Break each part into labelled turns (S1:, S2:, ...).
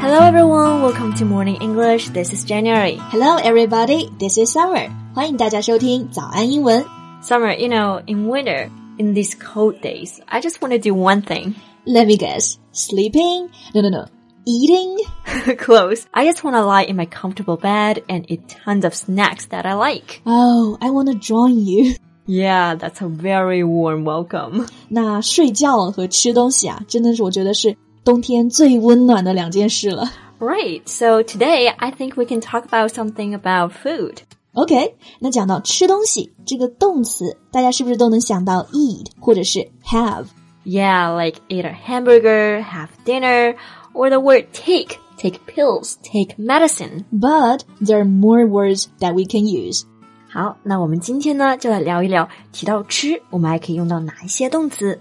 S1: Hello everyone, welcome to Morning English. This is January.
S2: Hello, everybody. This is Summer. 欢迎大家收听早安英文。
S1: Summer, you know, in winter, in these cold days, I just want to do one thing.
S2: Let me guess. Sleeping? No, no, no. Eating?
S1: Close. I just want to lie in my comfortable bed and eat tons of snacks that I like.
S2: Oh, I wanna join you.
S1: Yeah, that's a very warm welcome.
S2: 那睡觉和吃东西啊，真的是我觉得是冬天最温暖的两件事了。
S1: Right. So today, I think we can talk about something about food.
S2: OK，那讲到吃东西这个动词，大家是不是都能想到 eat 或者是 have？
S1: Yeah, like eat a hamburger, have dinner, or the word take, take pills, take medicine.
S2: But there are more words that we can use.
S1: 好，那我们今天呢，就来聊一聊，提到吃，我们还可以用到哪一些动词？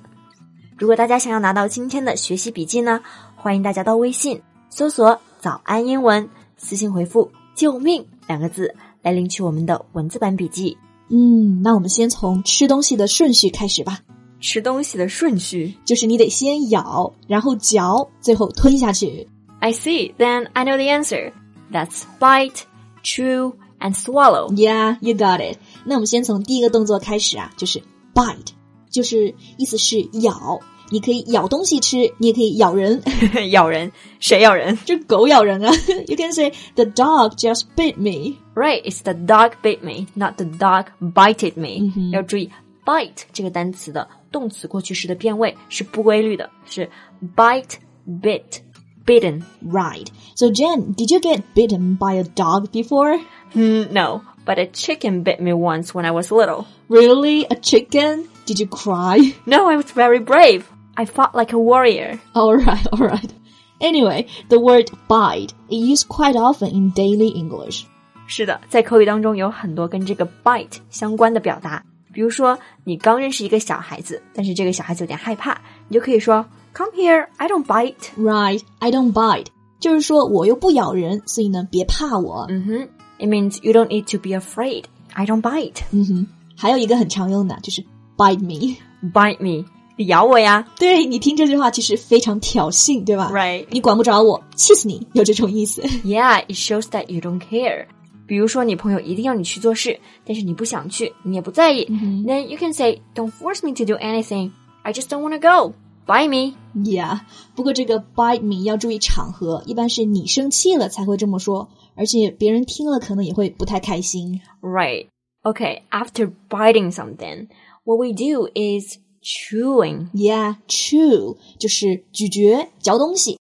S1: 如果大家想要拿到今天的学习笔记呢，欢迎大家到微信搜索“早安英文”，私信回复“救命”两个字来领取我们的文字版笔记。
S2: 嗯，那我们先从吃东西的顺序开始吧，
S1: 吃东西的顺序。
S2: 就是你得先咬，然后嚼，最后吞下去。
S1: I see, then I know the answer. That's bite, chew, and swallow.
S2: Yeah, you got it. 那我们先从第一个动作开始啊，就是 bite，就是意思是咬。你可以咬东西吃，你也可以咬人，
S1: 咬人，谁咬人
S2: 就狗咬人啊。You can say the dog just bit me。
S1: ？Right, it's the dog bit me, not the dog bited me. 要注意 bite 这个单词的动词过去式的变位是不规律的，是 bite, bit, bitten.
S2: Right. So Jen, did you get bitten by a dog before?
S1: Hmm, no, but a chicken bit me once when I was little.
S2: Really? A chicken? Did you cry?
S1: No, I was very brave. I fought like a warrior.
S2: All right, all right. Anyway, the word bite is used quite often in daily English.
S1: 是的，在口语当中有很多跟这个 bite 相关的表达。比如说，你刚认识一个小孩子，但是这个小孩子有点害怕，你就可以说 “Come here, I don't bite”。
S2: Right, I don't bite. 就是说我又不咬人，所以呢，别怕我。
S1: 嗯哼，It Mm-hmm. means you don't need to be afraid. I don't bite.
S2: 嗯哼，还有一个很常用的就是 bite me。
S1: Bite me，你咬我呀。
S2: 对你听这句话其实非常挑衅，对吧
S1: Right.
S2: 你管不着我，气死你，有这种意思。
S1: Yeah, it shows that you don't care. 比如说，你朋友一定要你去做事，但是你不想去，你也不在意。Then you can say, "Don't force me to do anything. I just don't want to go. Bite me."
S2: Yeah，不过这个 bite me 要注意场合，一般是你生气了才会这么说，而且别人听了可能也会不太开心。
S1: Right. Okay, after biting something, what we do is chewing.
S2: Yeah，chew 就是咀嚼、嚼东西。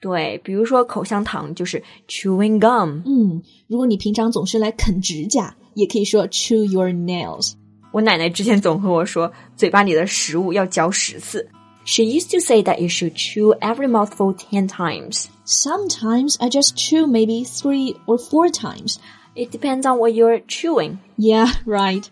S1: 对，比如说口香糖就是 chewing gum。
S2: 嗯，如果你平常总是来啃指甲，也可以说 chew your nails。
S1: 我奶奶之前总和我说，嘴巴里的食物要嚼十次。She used to say that you should chew every mouthful ten times.
S2: Sometimes I just chew maybe three or four times.
S1: It depends on what you're chewing.
S2: Yeah, right.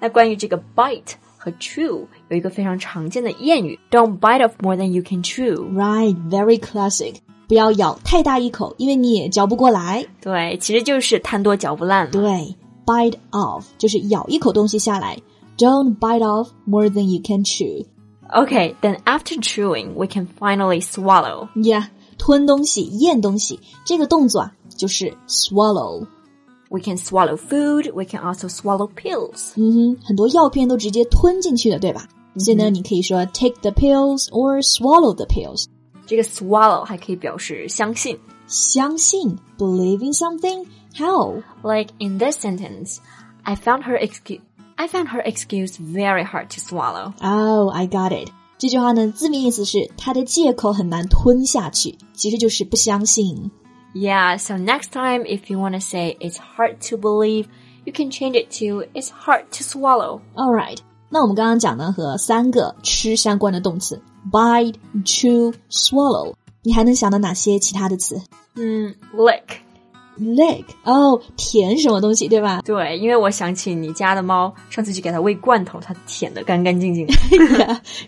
S1: 那关于这个 bite 和 chew 有一个非常常见的谚语：Don't bite off more than you can chew。
S2: Right, very classic. 不要咬太大一口，因为你也嚼不过来。
S1: 对，其实就是贪多嚼不烂嘛。
S2: 对，bite off 就是咬一口东西下来。Don't bite off more than you can chew.
S1: Okay, then after chewing, we can finally swallow.
S2: Yeah，吞东西、咽东西这个动作啊，就是 swallow。
S1: We can swallow food. We can also swallow pills.
S2: 嗯哼，很多药片都直接吞进去的，对吧？所以呢，你可以说 take the pills or swallow the pills。
S1: 这个 swallow 还可以表示相信。
S2: 相信 believe in something how
S1: Like in this sentence, I found her excuse. I found her excuse very hard to swallow.
S2: oh I got it。这句话呢，字面意思是他的借口很难吞下去，其实就是不相信。
S1: Yeah. So next time, if you want to say it's hard to believe, you can change it to it's hard to swallow.
S2: All right，那我们刚刚讲呢和三个吃相关的动词 bite、chew、swallow，你还能想到哪些其他的词
S1: 嗯，lick。Hmm,
S2: ？lick 哦，舔什么东西对吧
S1: 对，因为我想起你家的猫，上次去给它喂罐头，它舔的干干净净
S2: 哎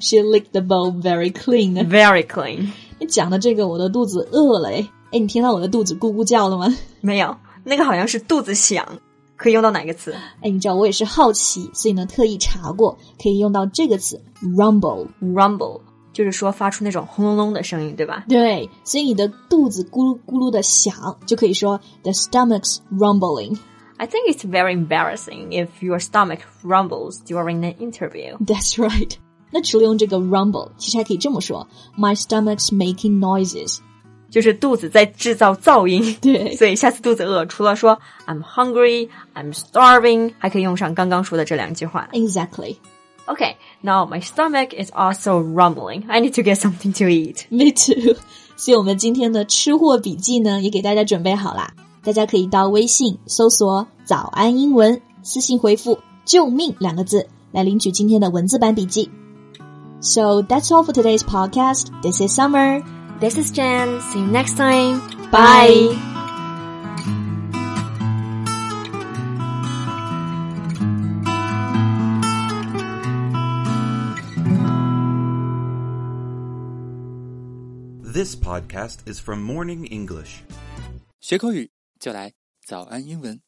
S2: ？She licked the bowl very clean。
S1: ，very clean。
S2: 你讲的这个，我的肚子饿了哎哎，你听到我的肚子咕咕叫了吗？
S1: 没有，那个好像是肚子响，可以用到哪个词
S2: 哎，你知道我也是好奇，所以呢特意查过，可以用到这个词 rumble。
S1: ？Rumble。就是说发出那种轰隆隆的声音，对吧？
S2: 对，所以你的肚子咕噜咕噜的响，就可以说 the stomach's rumbling。
S1: I think it's very embarrassing if your stomach rumbles during an interview.
S2: That's right。那 除了用这个 rumble，其实还可以这么说：my stomach's making noises。
S1: 就是肚子在制造噪音。
S2: 对
S1: 所以下次肚子饿，除了说 I'm hungry, I'm starving，还可以用上刚刚说的这两句话。
S2: Exactly。
S1: Okay, now my stomach is also rumbling. I need to get something to eat.
S2: Me too。所以 我们今天的吃货笔记呢，也给大家准备好啦。大家可以到微信搜索“早安英文”，私信回复“救命”两个字来领取今天的文字版笔记。So that's all for today's podcast. This is Summer.
S1: This is Jen. See you next time.
S2: Bye.
S3: This podcast is from Morning English.
S4: 学口语就来早安英文。